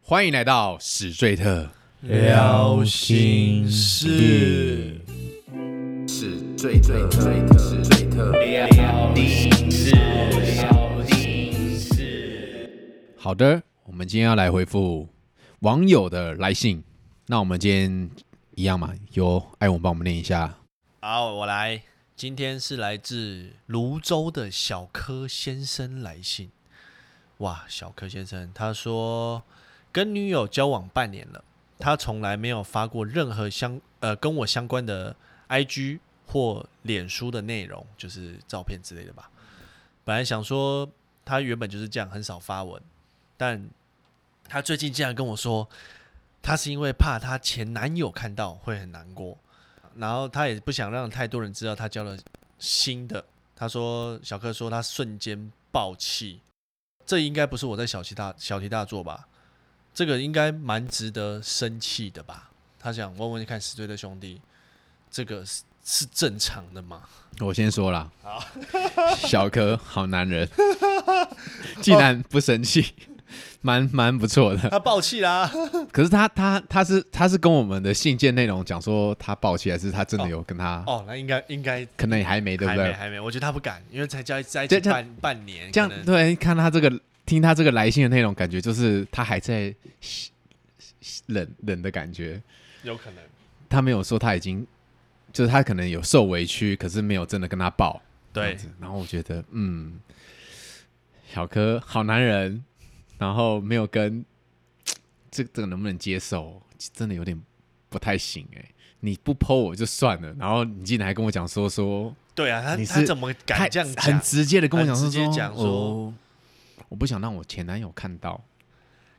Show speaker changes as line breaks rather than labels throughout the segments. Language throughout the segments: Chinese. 欢迎来到史最特，
聊心事，
史最最最特，史最特聊历史，好的，我们今天要来回复网友的来信。那我们今天一样嘛，由艾文帮我们念一下。
好，我来。今天是来自泸州的小柯先生来信。哇，小柯先生他说，跟女友交往半年了，他从来没有发过任何相呃跟我相关的 IG 或脸书的内容，就是照片之类的吧。本来想说他原本就是这样，很少发文，但他最近竟然跟我说，他是因为怕他前男友看到会很难过，然后他也不想让太多人知道他交了新的。他说：“小克说他瞬间爆气，这应该不是我在小题大小题大做吧？这个应该蛮值得生气的吧？”他想问问看死对的兄弟，这个是是正常的 吗？
我先说啦，小柯好男人，竟然不生气，蛮蛮不错的。
他爆气啦！
可是他他他是他是跟我们的信件内容讲说他抱歉，还是他真的有跟他？
哦，那应该应该
可能也还没，对不
还没
对？
还没，我觉得他不敢，因为才交在一起
这样
半半年，
这样
可能
对，看他这个听他这个来信的内容，感觉就是他还在冷冷的感觉。
有可能
他没有说他已经，就是他可能有受委屈，可是没有真的跟他抱。这样
对
子。然后我觉得，嗯，小柯好男人，然后没有跟这这个能不能接受，真的有点不太行哎、你不剖我就算了，然后你竟然还跟我讲说说，
对啊，他
你
他
是
怎么
他
敢这样
很
讲？
直接的跟我讲说
很直接
说
讲说
哦，我不想让我前男友看到。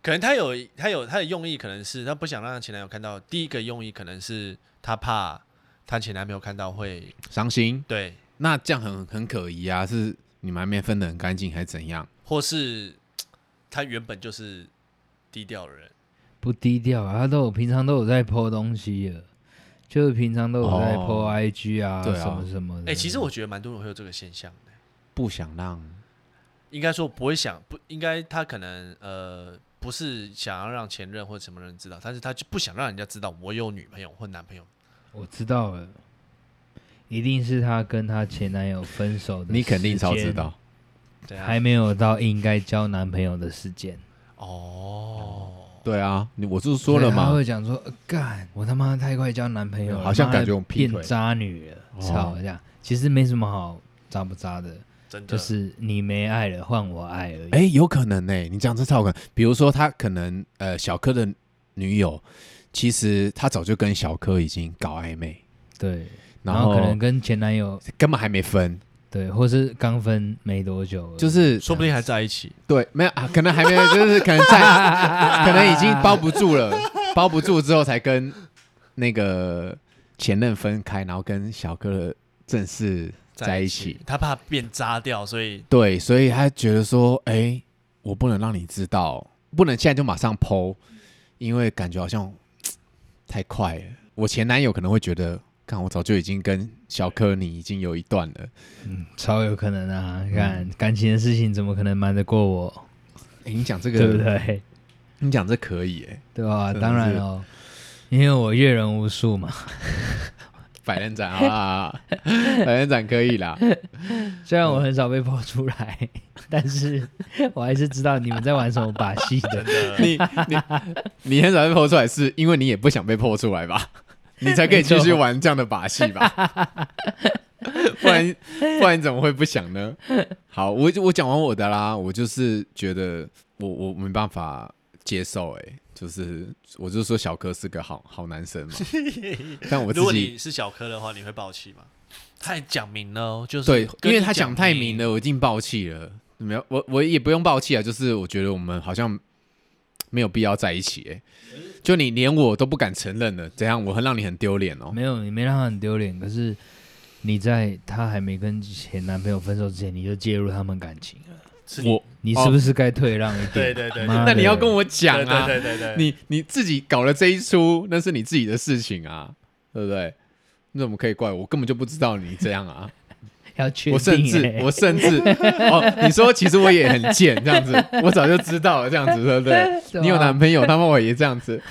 可能他有他有他的用意，可能是他不想让前男友看到。第一个用意可能是他怕他前男友看到会
伤心，
对，
那这样很很可疑啊！是你们还没分得很干净，还是怎样？
或是他原本就是低调的人。
不低调啊，他都有平常都有在 po 东西的，就是平常都有在
哦
po IG 啊，
对啊
什么什么的。
哎、其实我觉得蛮多人会有这个现象的，
不想让
应该说不会想不应该他可能呃不是想要让前任或什么人知道，但是他就不想让人家知道我有女朋友或男朋友。
我知道了，一定是她跟她前男友分手的，
你肯定超知，道，
对啊
还，没有到应该交男朋友的时间。
哦，
对啊，你我就是说了
所以她
嘛，
会讲说，呃干，我他妈太快交男朋友了，
好像
妈的
感觉我劈腿
变渣女了，
哦
操这样。其实没什么好渣不渣的，
真的
就是你没爱了，换我爱而已。
哎、有可能呢、你讲这超有可能。比如说，他可能呃，小柯的女友，其实他早就跟小柯已经搞暧昧，
对，
然
然后
后
可能跟前男友
根本还没分，
对，或是刚分没多久而已，
就是
说不定还在一起。
对，没有啊，可能还没有，就是可能 在，可能已经包不住了，包不住之后才跟那个前任分开，然后跟小柯正式在一起。，
他怕变渣掉，所以
对，所以他觉得说，哎、我不能让你知道，不能现在就马上剖，因为感觉好像嗯太快了。我前男友可能会觉得，看我早就已经跟小柯你已经有一段了，
嗯超有可能啊！
嗯
看感情的事情怎么可能瞒得过我，
哎、你讲这
对不
个，
对？
你讲这可以、哎，
对吧？
真的是
当然哦，因为我阅人无数 嘛，
百人斩好 啦，百人斩可以啦。
虽然我很少被爆出来，但 是我还是知道你们在玩什么把戏的。
你你你很少被剖出来，是因为你也不想被剖出来吧？ 你才可以继续玩这样的把戏吧？ 不然不然你怎么会不想呢？好，我我讲完我的啦，我就是觉得我我没办法接受、欸，就是我就说小柯是个好好男生 嘛，但我自
如果
己
你是小柯的话，你会爆气吗？太讲明了哦，就是
对，因
跟
为
你
他讲太明
了。
了，我已经爆气了。没有，我我也不用爆气啊，就是我觉得我们好像没有必要在一起、欸。就你连我都不敢承认了，怎样？我很让你很丢脸哦。
没有，你没让他很丢脸，可是你在她还没跟前男朋友分手之前，你就介入他们感情了，
是你
我
你是不是该退让一点？
对对对，
妈
那你要跟
对
我讲
对
啊，
对对对对，
你你自己搞了这一出，那是你 自己的事情啊，对不对？那怎么可以怪我？我根本就不知道你这样啊。
要确定、
我甚至
欸
我甚至哦，你说其实我也很贱这样子，我早就知道了这样子，对不
对
对？
啊
你有男朋友，他妈我也这样子，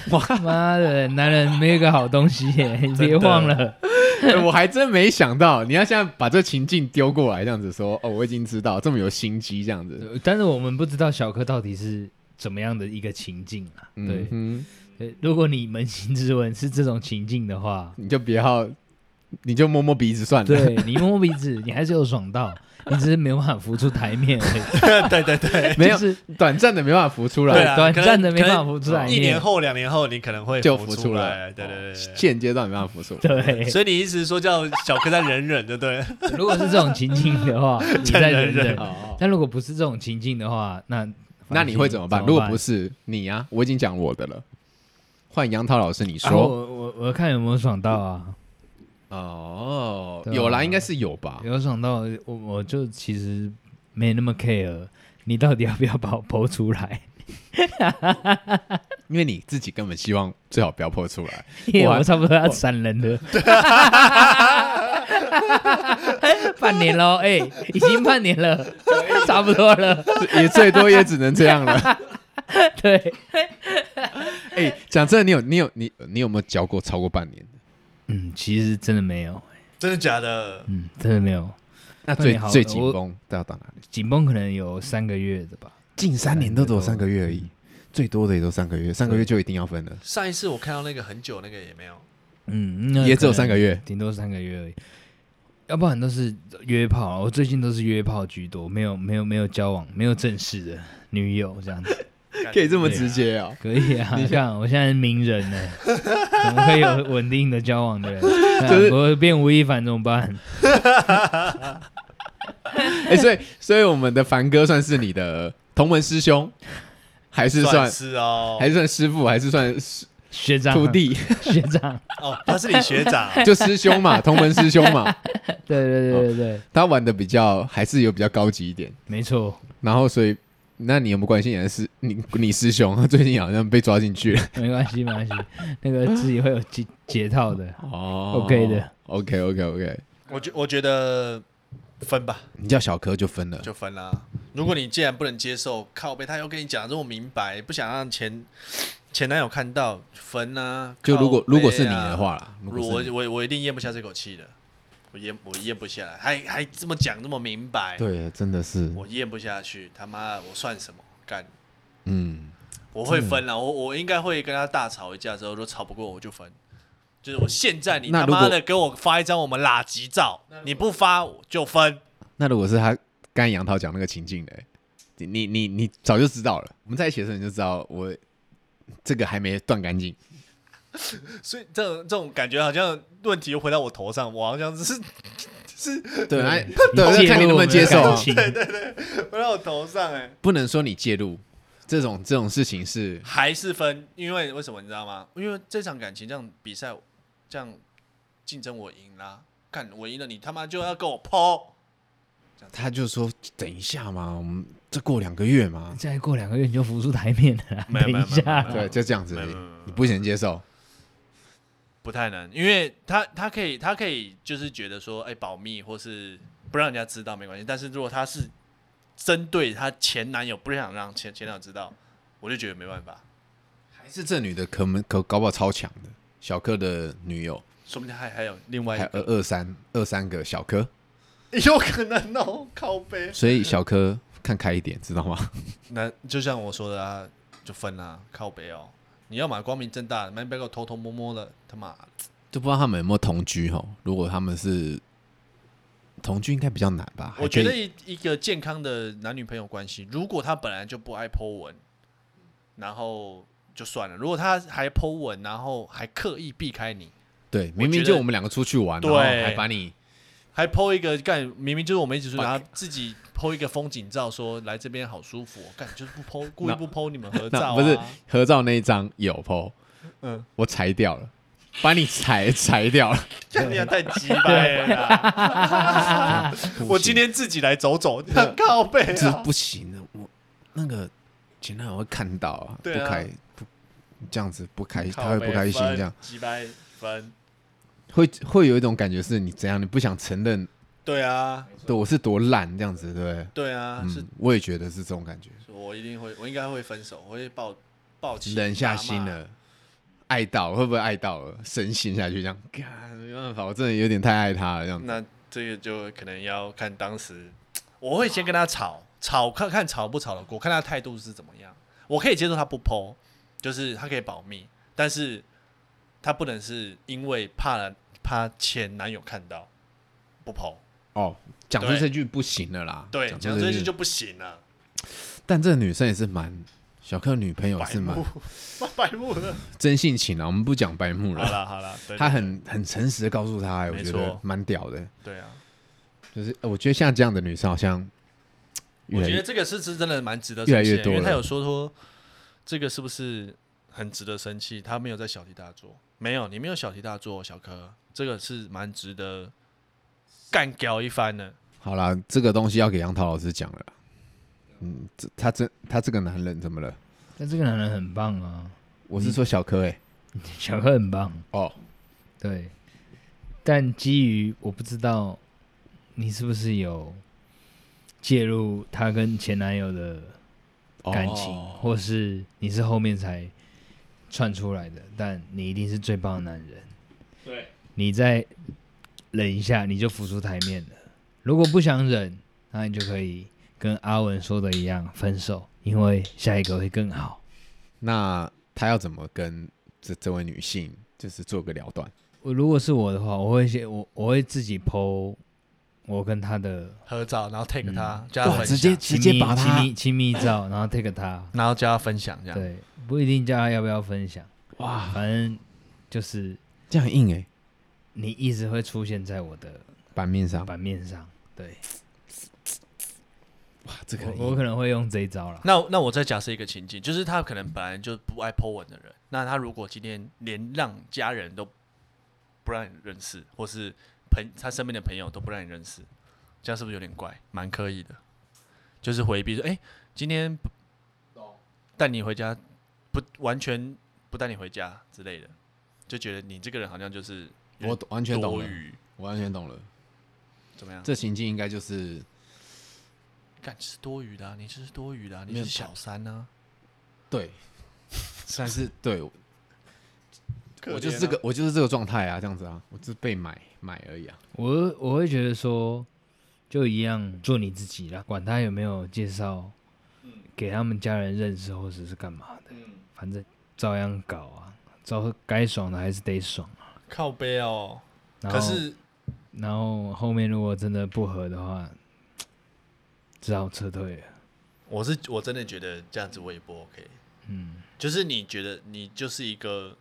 妈的，男人没有一个好东西 耶、你别忘了。
哎 我还真没想到，你要现在把这情境丢过来，这样子说，哦，我已经知道，这么有心机这样子，
但是我们不知道小柯到底是怎么样的一个情境啊。对
嗯，哼，
呃如果你扪心自问是这种情境 的话，
你就别好，你就摸摸鼻子算了。
对你摸摸鼻子，你还是有爽到，你只是没有办法浮出台面而已。
对对对，
没有
就是
短暂的没办法浮出
对
来，
啊
短
可能
暂的没办法浮出来
一年
面。
后、两年后，你可能会
就
浮
浮
出
来，
对对
哦
对对
现阶段没办法浮出来。
对
对。，所以你意思是说叫小柯再忍忍，对 不对？
如果是这种情境的话，你再忍
忍
忍。
哦，
但如果不是这种情境的话，那
那你会怎么办？
怎
如果不是你啊，我已经讲我的了。换杨涛老师，你
啊我
说
我我看有没有爽到啊？
哦，
对啊
有啦，应该是有吧？
有爽到我我就其实没那么 care，你到底要不要把我剖出来？
因为你自己根本希望最好不要破出来。
因为
我还
我差不多要闪人了， 半年 喽，哎、已经半年了，差不多 了，
也最多也只能这样了。
对，
哎、讲真的，你有你有你你有没有交过超过半年的？
嗯，其实真的没有，
真的假的？
嗯，真的没有，
那
半
最
年好
最
呃
紧
我
绷到到哪里？
紧绷可能有三个月的吧，
近三年都只有三个月而已，嗯最多的也都三个月，三个月就一定要分了，
上一次我看到那个很久那个也没有，
嗯，那
也只有三
个
个月
月，。顶多三个月而已，要不然都是约炮，啊我最近都是约炮居多，没有没有没有交往，没有正式的女友这样子。
可以这么
对啊
直接哦、
可以啊，
你
你看我现在是名人呢、怎么会有稳定的交往的人？
就是
啊我变吴亦凡怎么办？
哎、所以所以我们的凡哥算是你的同门师兄，还是算
算是哦，
还是算师傅，还是算师
学长，啊
徒，弟，
学长，
哦，他是你 学长，
就师兄嘛，同门师兄嘛，
对对对对对，
他玩的比较还是有比较高级一点。
哦没错，
然后所以，那你有没有关心你的师你你师兄？ 他最近好像被抓进去了。
没关系没关系，那个自己会有解解套的。
哦
OK 的
，OK OK OK，
我觉我觉得分吧，
你叫小柯就分了。
就分啦。如果你既然不能接受，靠背他又跟你讲这么明白，不想让前前男友看到，分啊。
就如果
靠背啊
如果是你的，话啦，如
如
果
我
是你
我我一定咽不下这口气的，我咽我咽不下来，还还这么讲这么明白，
对，真的是，
我咽不下去，他妈的我算什么干？
嗯，
我会分了，我我应该会跟他大吵一架，之后都吵不过我就分。就是我现在你
那
他
如
妈
果
的给我发一张我们垃圾照，你不发我就分。
那如果是他刚才杨桃讲那个情境的、你你你你早就知道了，我们在一起的时候你就知道我这个还没断干净。
所以这种这种感觉好像问题又回到我头上，我好像是
对，那
你
对，那看你能不能接受
介入我
啊
们的感。情
回到我头上哎、
不能说你介入这种这种事情是
还是分，因为为什么你知道吗？因为这场感情这样比赛这样竞争我赢啦，看我赢了你他妈就要跟我剖，
他就说等一下嘛，我们再过两个月嘛，
再过两个月你就浮出台面了啦，
没有
等
没有
一
没
下
有没
啦，
对，就这样子而
没
已
有没有没有，
你不能接受，
不太能，因为他他可以他可以就是觉得说哎、保密或是不让人家知道没关系，但是如果他是针对他前男友不想让前前男友知道，我就觉得没办法，
还是这女的可能可搞不好超强的，小柯的女友
说不定还还有另外
还
一
有二
个，
二三二三个小柯，
有可能哦，靠背。
所以小柯看开一点，知道吗？
那就像我说的啊，就分啦、靠北哦。你要嘛光明正大的，没别给我偷偷摸摸的，他妈的
就不知道他们有没有同居哈，如果他们是同居，应该比较难吧？
我觉
还
得
可以
一一个健康的男女朋友关系，如果他本来就不爱 Po 文，然后就算了。如果他还 Po 文，然后还刻意避开你，
对，明
觉
明
得
就我们两个出去玩，然后
对
还把你
还 Po 一个干，明明就是我们一起出去，然后自己 Po 一个风景照，说来这边好舒服、哦，干你就是不 Po，故意不 Po 你们合
那
照、啊，
不是合照那一张有 po，
嗯
嗯，我裁掉了，把你裁裁掉了。
干你啊太鸡掰了 啦！ 我今天自己来走走，靠背、
这
啊，
不行的，我那个前男友会看到啊，
对啊
不开不这样子不开，他会不开心，这样
几百分，
会会有一种感觉是你怎样，你不想承认
对啊，
对我是多烂这样子，对不对？
对啊，是
嗯，我也觉得是这种感觉，
我一定会，我应该会分手，我会抱抱起
忍下心，了，爱到会不会爱到了，深陷下去这样，干没办法，我真的有点太爱他了这样子。
那这个就可能要看当时，我会先跟他吵吵，看看吵不吵得过，看他态度是怎么样。我可以接受他不剖，就是他可以保密，但是他不能是因为怕了怕前男友看到不剖，
哦，讲出
对
这句不行了啦，
对，讲
出
这些就不行了，
但这个女生也是蛮小克女朋友
白
是蛮
目， 白 目了。
真性情啊，我们不讲白目
好
了。
了好了，对
她很很诚实的告诉她、哎我
没
觉
错
得蛮屌的。
对啊，
就是呃我觉得像这样的女生好像越
我
来
觉得
越
这个是是真的蛮值得
越来
生气
越
的
多
因为他
了
有说说这个是不是很值得生气？他没有在小题大做，没有，你没有小题大做，小柯，这个是蛮值得干掉一番的。
好啦，这个东西要给杨桃老师讲了啦。嗯，这他这他这个男人怎么了？
但这个男人很棒啊，
我是说小柯哎、
小柯很棒，
嗯
哦，
对。但基于我不知道你是不是有介入她跟前男友的感情，
哦
或是你是后面才窜出来的，但你一定是最棒的男人。
对，
你再忍一下，你就浮出台面了。如果不想忍，那你就可以跟阿文说的一样分手，因为下一个会更好。
那他要怎么跟这这位女性就是做个了断？
我如果是我的话，我会先我我会自己剖我跟他的
合照，然后 take
嗯
他，叫他
哇
分
直接
享，
亲密
直接把他
亲密亲密照，然后 take 他，
然后叫他分享这样。
对，不一定叫他要不要分享，
哇，
反正就是
这样很硬哎、
你一直会出现在我的
版面上哇，
版面上。对，
这个很
我我
硬
可能会用这一招啦。
那那我再假设一个情境，就是他可能本来就不爱 po 文的人，那他如果今天连让家人都不让你认识，或是朋他身边的朋友都不让你认识，这样是不是有点怪？蛮刻意的，就是回避说，哎、今天不带你回家，不完全不带你回家之类的，就觉得你这个人好像就是
我完全懂
多
了，
余，
我完全懂了。
怎么样？
这情境应该就是
干是多余的、啊，你这是多余的、啊，你
没
是
有
小三呢、
对， 但是对我
啊？
我就是这个，我就是这个状态啊，这样子啊，我就是被买买而已啊。
我我会觉得说，就一样做你自己啦，管他有没有介绍
嗯
给他们家人认识或者是干嘛的，反正照样搞啊，照该爽的还是得爽啊。
靠背哦，
然后
可是
然后后面如果真的不合的话，只好撤退了。
我是我真的觉得这样子我也不 OK，
嗯，
就是你觉得你就是一个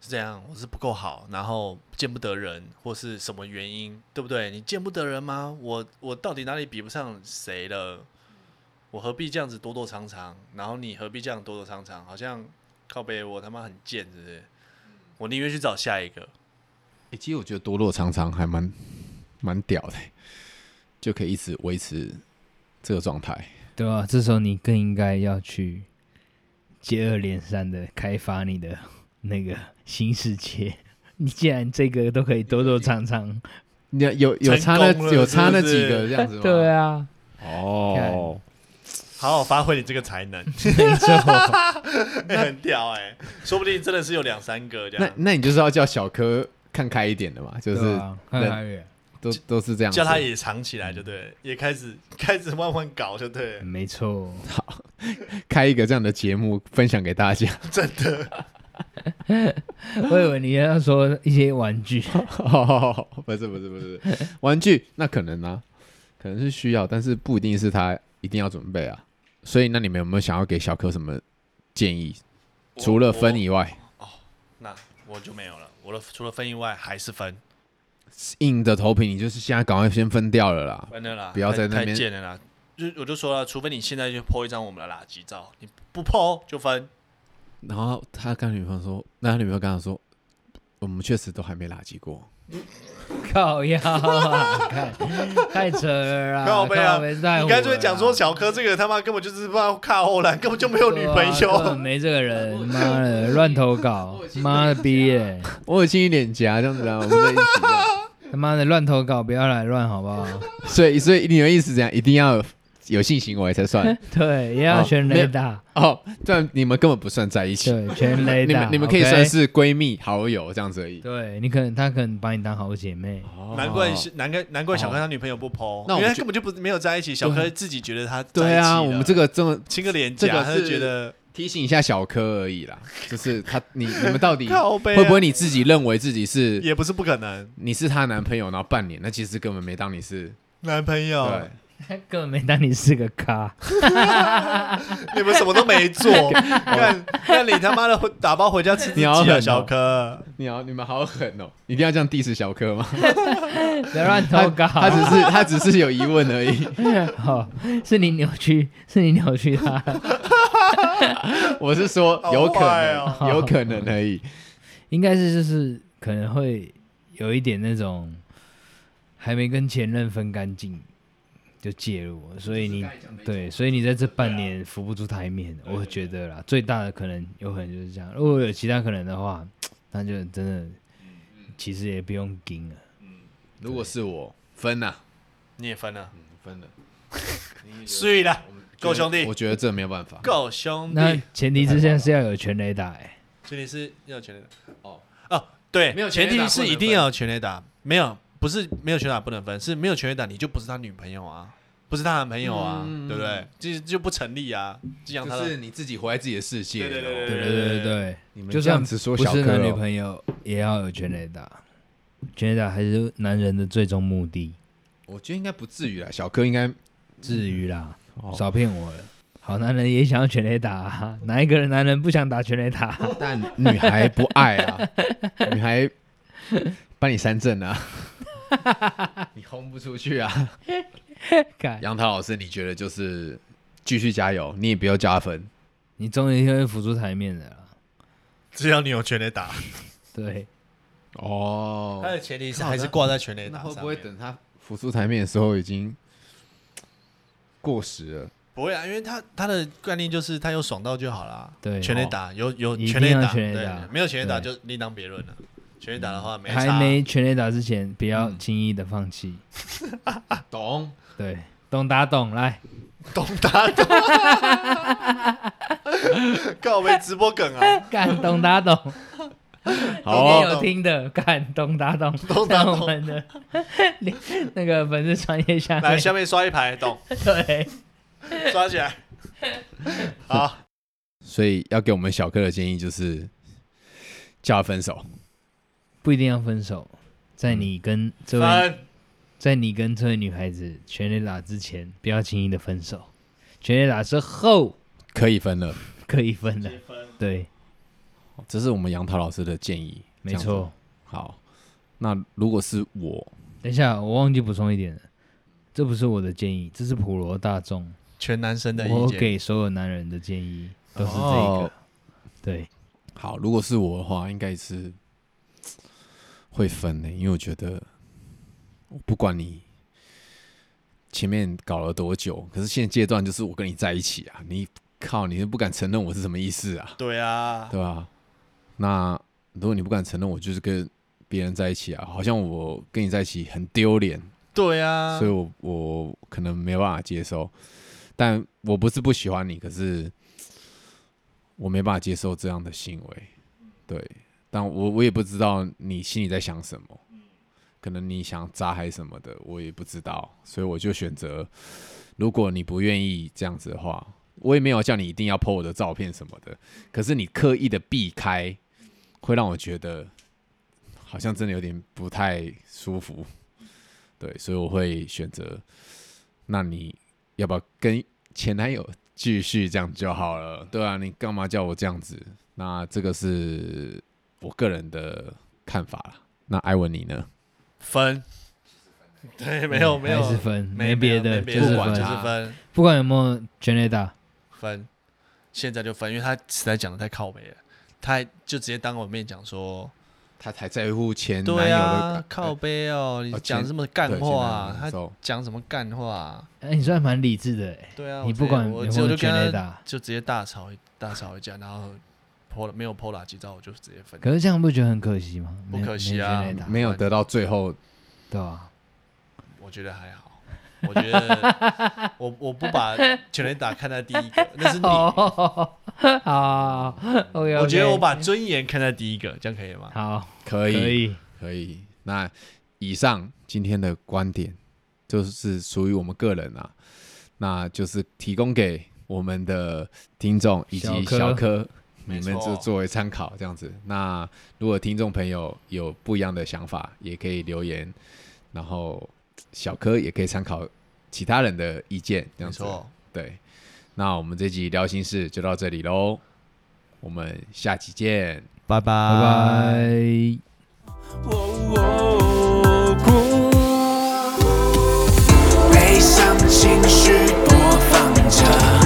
是这样，我是不够好，然后见不得人，或是什么原因，对不对？你见不得人吗？我我到底哪里比不上谁了？我何必这样子躲躲藏藏？然后你何必这样躲躲藏藏？好像靠北我他妈很贱，是不是？我宁愿去找下一个。
欸其实我觉得多落常常还蛮蛮屌的、就可以一直维持这个状态。
对啊，这时候你更应该要去接二连三的开发你的 那个新世界。你既然这个都可以躲躲藏藏，
你有有差那
成功了
有差那
是不是
几个这样 子吗？
对啊，
哦，
好好发挥你这个才能，
没错，
欸很屌哎、说不定真的是有两三个这
那
样。
那你就是要叫小柯看开一点的嘛，就是
对啊看
人
阿月，
都都是这样子。
叫他也藏起来就对了，也开始 开始慢慢搞就对
嗯
了，
没错，
开一个这样的节目分享给大家。
真的。
我以为你要说一些玩具，
哦， 不是不是不是，玩具那可能啊，可能是需要，但是不一定是他一定要准备啊。所以那你们有没有想要给小柯什么建议？除了分以
哦
外，
那我就没有了。我的除了分以外还是分，
硬着头皮，你就是现在赶快先分掉了啦。
分了啦，
不要
太
在那边
太贱了啦。就我就说了，除非你现在就 po 一张我们的垃圾照，你不 po 就分。
然后他跟女朋友说，那他女朋友跟他说，我们确实都还没垃圾过。
靠腰啊，看太扯了啦，
靠背啊
背是太
你
虎了啦
干脆讲说小柯这个他妈根本就是不知道看后 栏，根本就没有女朋
对啊根本
友。
没这个人， 妈的乱投稿，妈的逼耶，
我有亲一脸颊这样子啊，我们在一起这样。
他妈的乱投稿，不要来乱好不好？
所以所以你的意思是这样，一定要有有性行为才 算
对，也要
哦
选
没有
雷达，
哦，这样你们根本不算在一起，
对，全雷
你
达，
们你们可以
OK？
算是闺蜜好友这样子而已。
对你可能他可能把你当好姐妹，
哦
难怪是难怪难怪小柯他女朋友不剖，
那我
因为他
觉
根本就不没有在一起。小柯自己觉得他在
哦对
一起
啊，
了
我们这个这么
亲个脸
这个
颊，他就是觉得
提醒一下小柯而 已啦，就是他你你们到底
靠背啊
会不会你自己认为自己是
也不是不可能。
你是她男朋友，然后半年，那其实根本没当你是
男朋友
对，，
他根本没当你是个咖，
你们什么都没 做， 看那你他妈的回打包回家吃自己
你好狠
啊，
哦
小柯。
你好，你们好狠哦！一定要这样 diss 小柯 吗？
不要乱
他
投稿，
他只是他只是有疑问而 已。
哦，是你扭曲，是你扭曲他。
我是说有可
好坏哦
能，有可能而已。
应该是就是可能会有一点那种还没跟前任分干净就介入，所以你对，所以你在这半
啊
年浮不出台面，我觉得啦，最大的可能有可能就是这样。如果有其他可能的话，那就真的其实也不用啊盯了。
如果是我分
啊
呐、
你也分了，
分了，
睡了，够兄弟
嗯我，觉得这没有办法。
够
嗯
兄
那
弟。
前提之下是要有全雷打、欸，
前提是要有全垒打。
哦
哦，对，
没有全
前
垒打
提是一定要有全垒打，没有不是没有全垒打不能分，是没有全垒打你就不是他女朋友啊，不是他男朋友啊，
嗯
对不对？这就不成立啊，就像他
就
的
是你自己活在自己的世界。
对对对
对对对对
你
对，
们
就
这
算
样子说
不
小柯
是男女
哦、
朋友也要有全雷打，全雷打还是男人的最终目的。
我觉得应该不至于啦。小柯应该
至于啦，
嗯
哦
少骗我了。好男人也想要全垒打、 啊，哪一个男人不想打全垒打、
但女孩不爱啊， 女孩帮你三振 啊，你轰不出去啊。
干
杨桃老师，你觉得就是继续加油，你也不要加分。
你终于会浮出台面的啦。
只要你有全垒打，
对，
哦
他的前提是还是挂在全垒打
那会
上面。
不会等他浮出台面的时候已经过时了？
不会啊，因为他他的概念就是他有爽到就好啦。
对哦
全垒打有有
一定
全垒
要
打，
全垒
对
打
没有全垒打
对
就另当别论了。全垒打的话没
还
差，嗯
没全垒打之前，不要轻易的放弃。
懂？
嗯
对，懂打懂来，
懂打懂。 靠背直播梗 啊！
干懂打懂。
好
今天
哦，
有听的，干懂打懂，
懂打懂
在我们的 那个粉丝专业下
来，
面，
下面刷一排，懂，
对，
刷起 来。好，
所以要给我们小哥的建议就是叫他分手。
不一定要分手，在你跟这位
分
在你跟这位女孩子全垒打之前，不要轻易的分手。全垒打之后
可以分了，
可以分了，对，
这是我们杨桃老师的建议。
没
这样子
错。
好，那如果是我，
等一下，我忘记补充一点了，这不是我的建议，这是普罗大众，
全男生的
我
意见，
给所有男人的建议都是这个。
哦
对，
好，如果是我的话，应该是会分欸的、因为我觉得，不管你前面搞了多久，可是现阶段就是我跟你在一起啊，你靠，你是不敢承认我是什么意思啊，
对啊，
对吧、那如果你不敢承认我就是跟别人在一起啊，好像我跟你在一起很丢脸，
对啊
所以，我我可能没办法接受，但我不是不喜欢你，可是我没办法接受这样的行为，对，但我我也不知道你心里在想什么，可能你想渣还是什么的，我也不知道，所以我就选择，如果你不愿意这样子的话，我也没有叫你一定要 po 我的照片什么的，可是你刻意的避开，会让我觉得好像真的有点不太舒服。对，所以我会选择，那你要不要跟前男友继续这样就好了？对啊，你干嘛叫我这样子？那这个是我个人的看法啦。那艾文你呢？
分。 对，没有没有
还是，分，
没
别的，
没
就
有
是
不管
分
就是
啊
分
不管有没有全垒打，
分，现在就分，因为他实在讲的太靠北了，他就直接当我面讲说，
他才在乎前男友
对
的、
啊，靠背哦，你
哦
讲
前
什么干
对前
话
男
啊
友？
他
走
讲什么干话啊？
哎、你算蛮理智的、欸，
对啊，
你
我直
不
接
管
我
有
直
没
我
有
就
全
跟
垒
他
打，
就直接大吵一大吵一架，然后泼了没有泼垃圾照，我就直接分。
可是这样不觉得很可惜吗？
不
没
可惜啊
没全垒打
没有得到最后
对吧？
我觉得还好。我觉得 我我不把全垒打看在第一个，那是你。
哦， 好，OK，
我觉得我把尊严看在第一个，这样可以吗？
好
可
可
以，
以，
可以。那以上今天的观点，就是属于我们个人啊，那就是提供给我们的听众以及
小柯
小柯，你
没
们
错
就作为参考这样子。那如果听众朋友有不一样的想法，也可以留言，然后小柯也可以参考其他人的意见，这
没
样子。
错，
对，那我们这集聊心事就到这里喽，我们下期见。
拜拜
拜拜。
悲伤情绪播放着。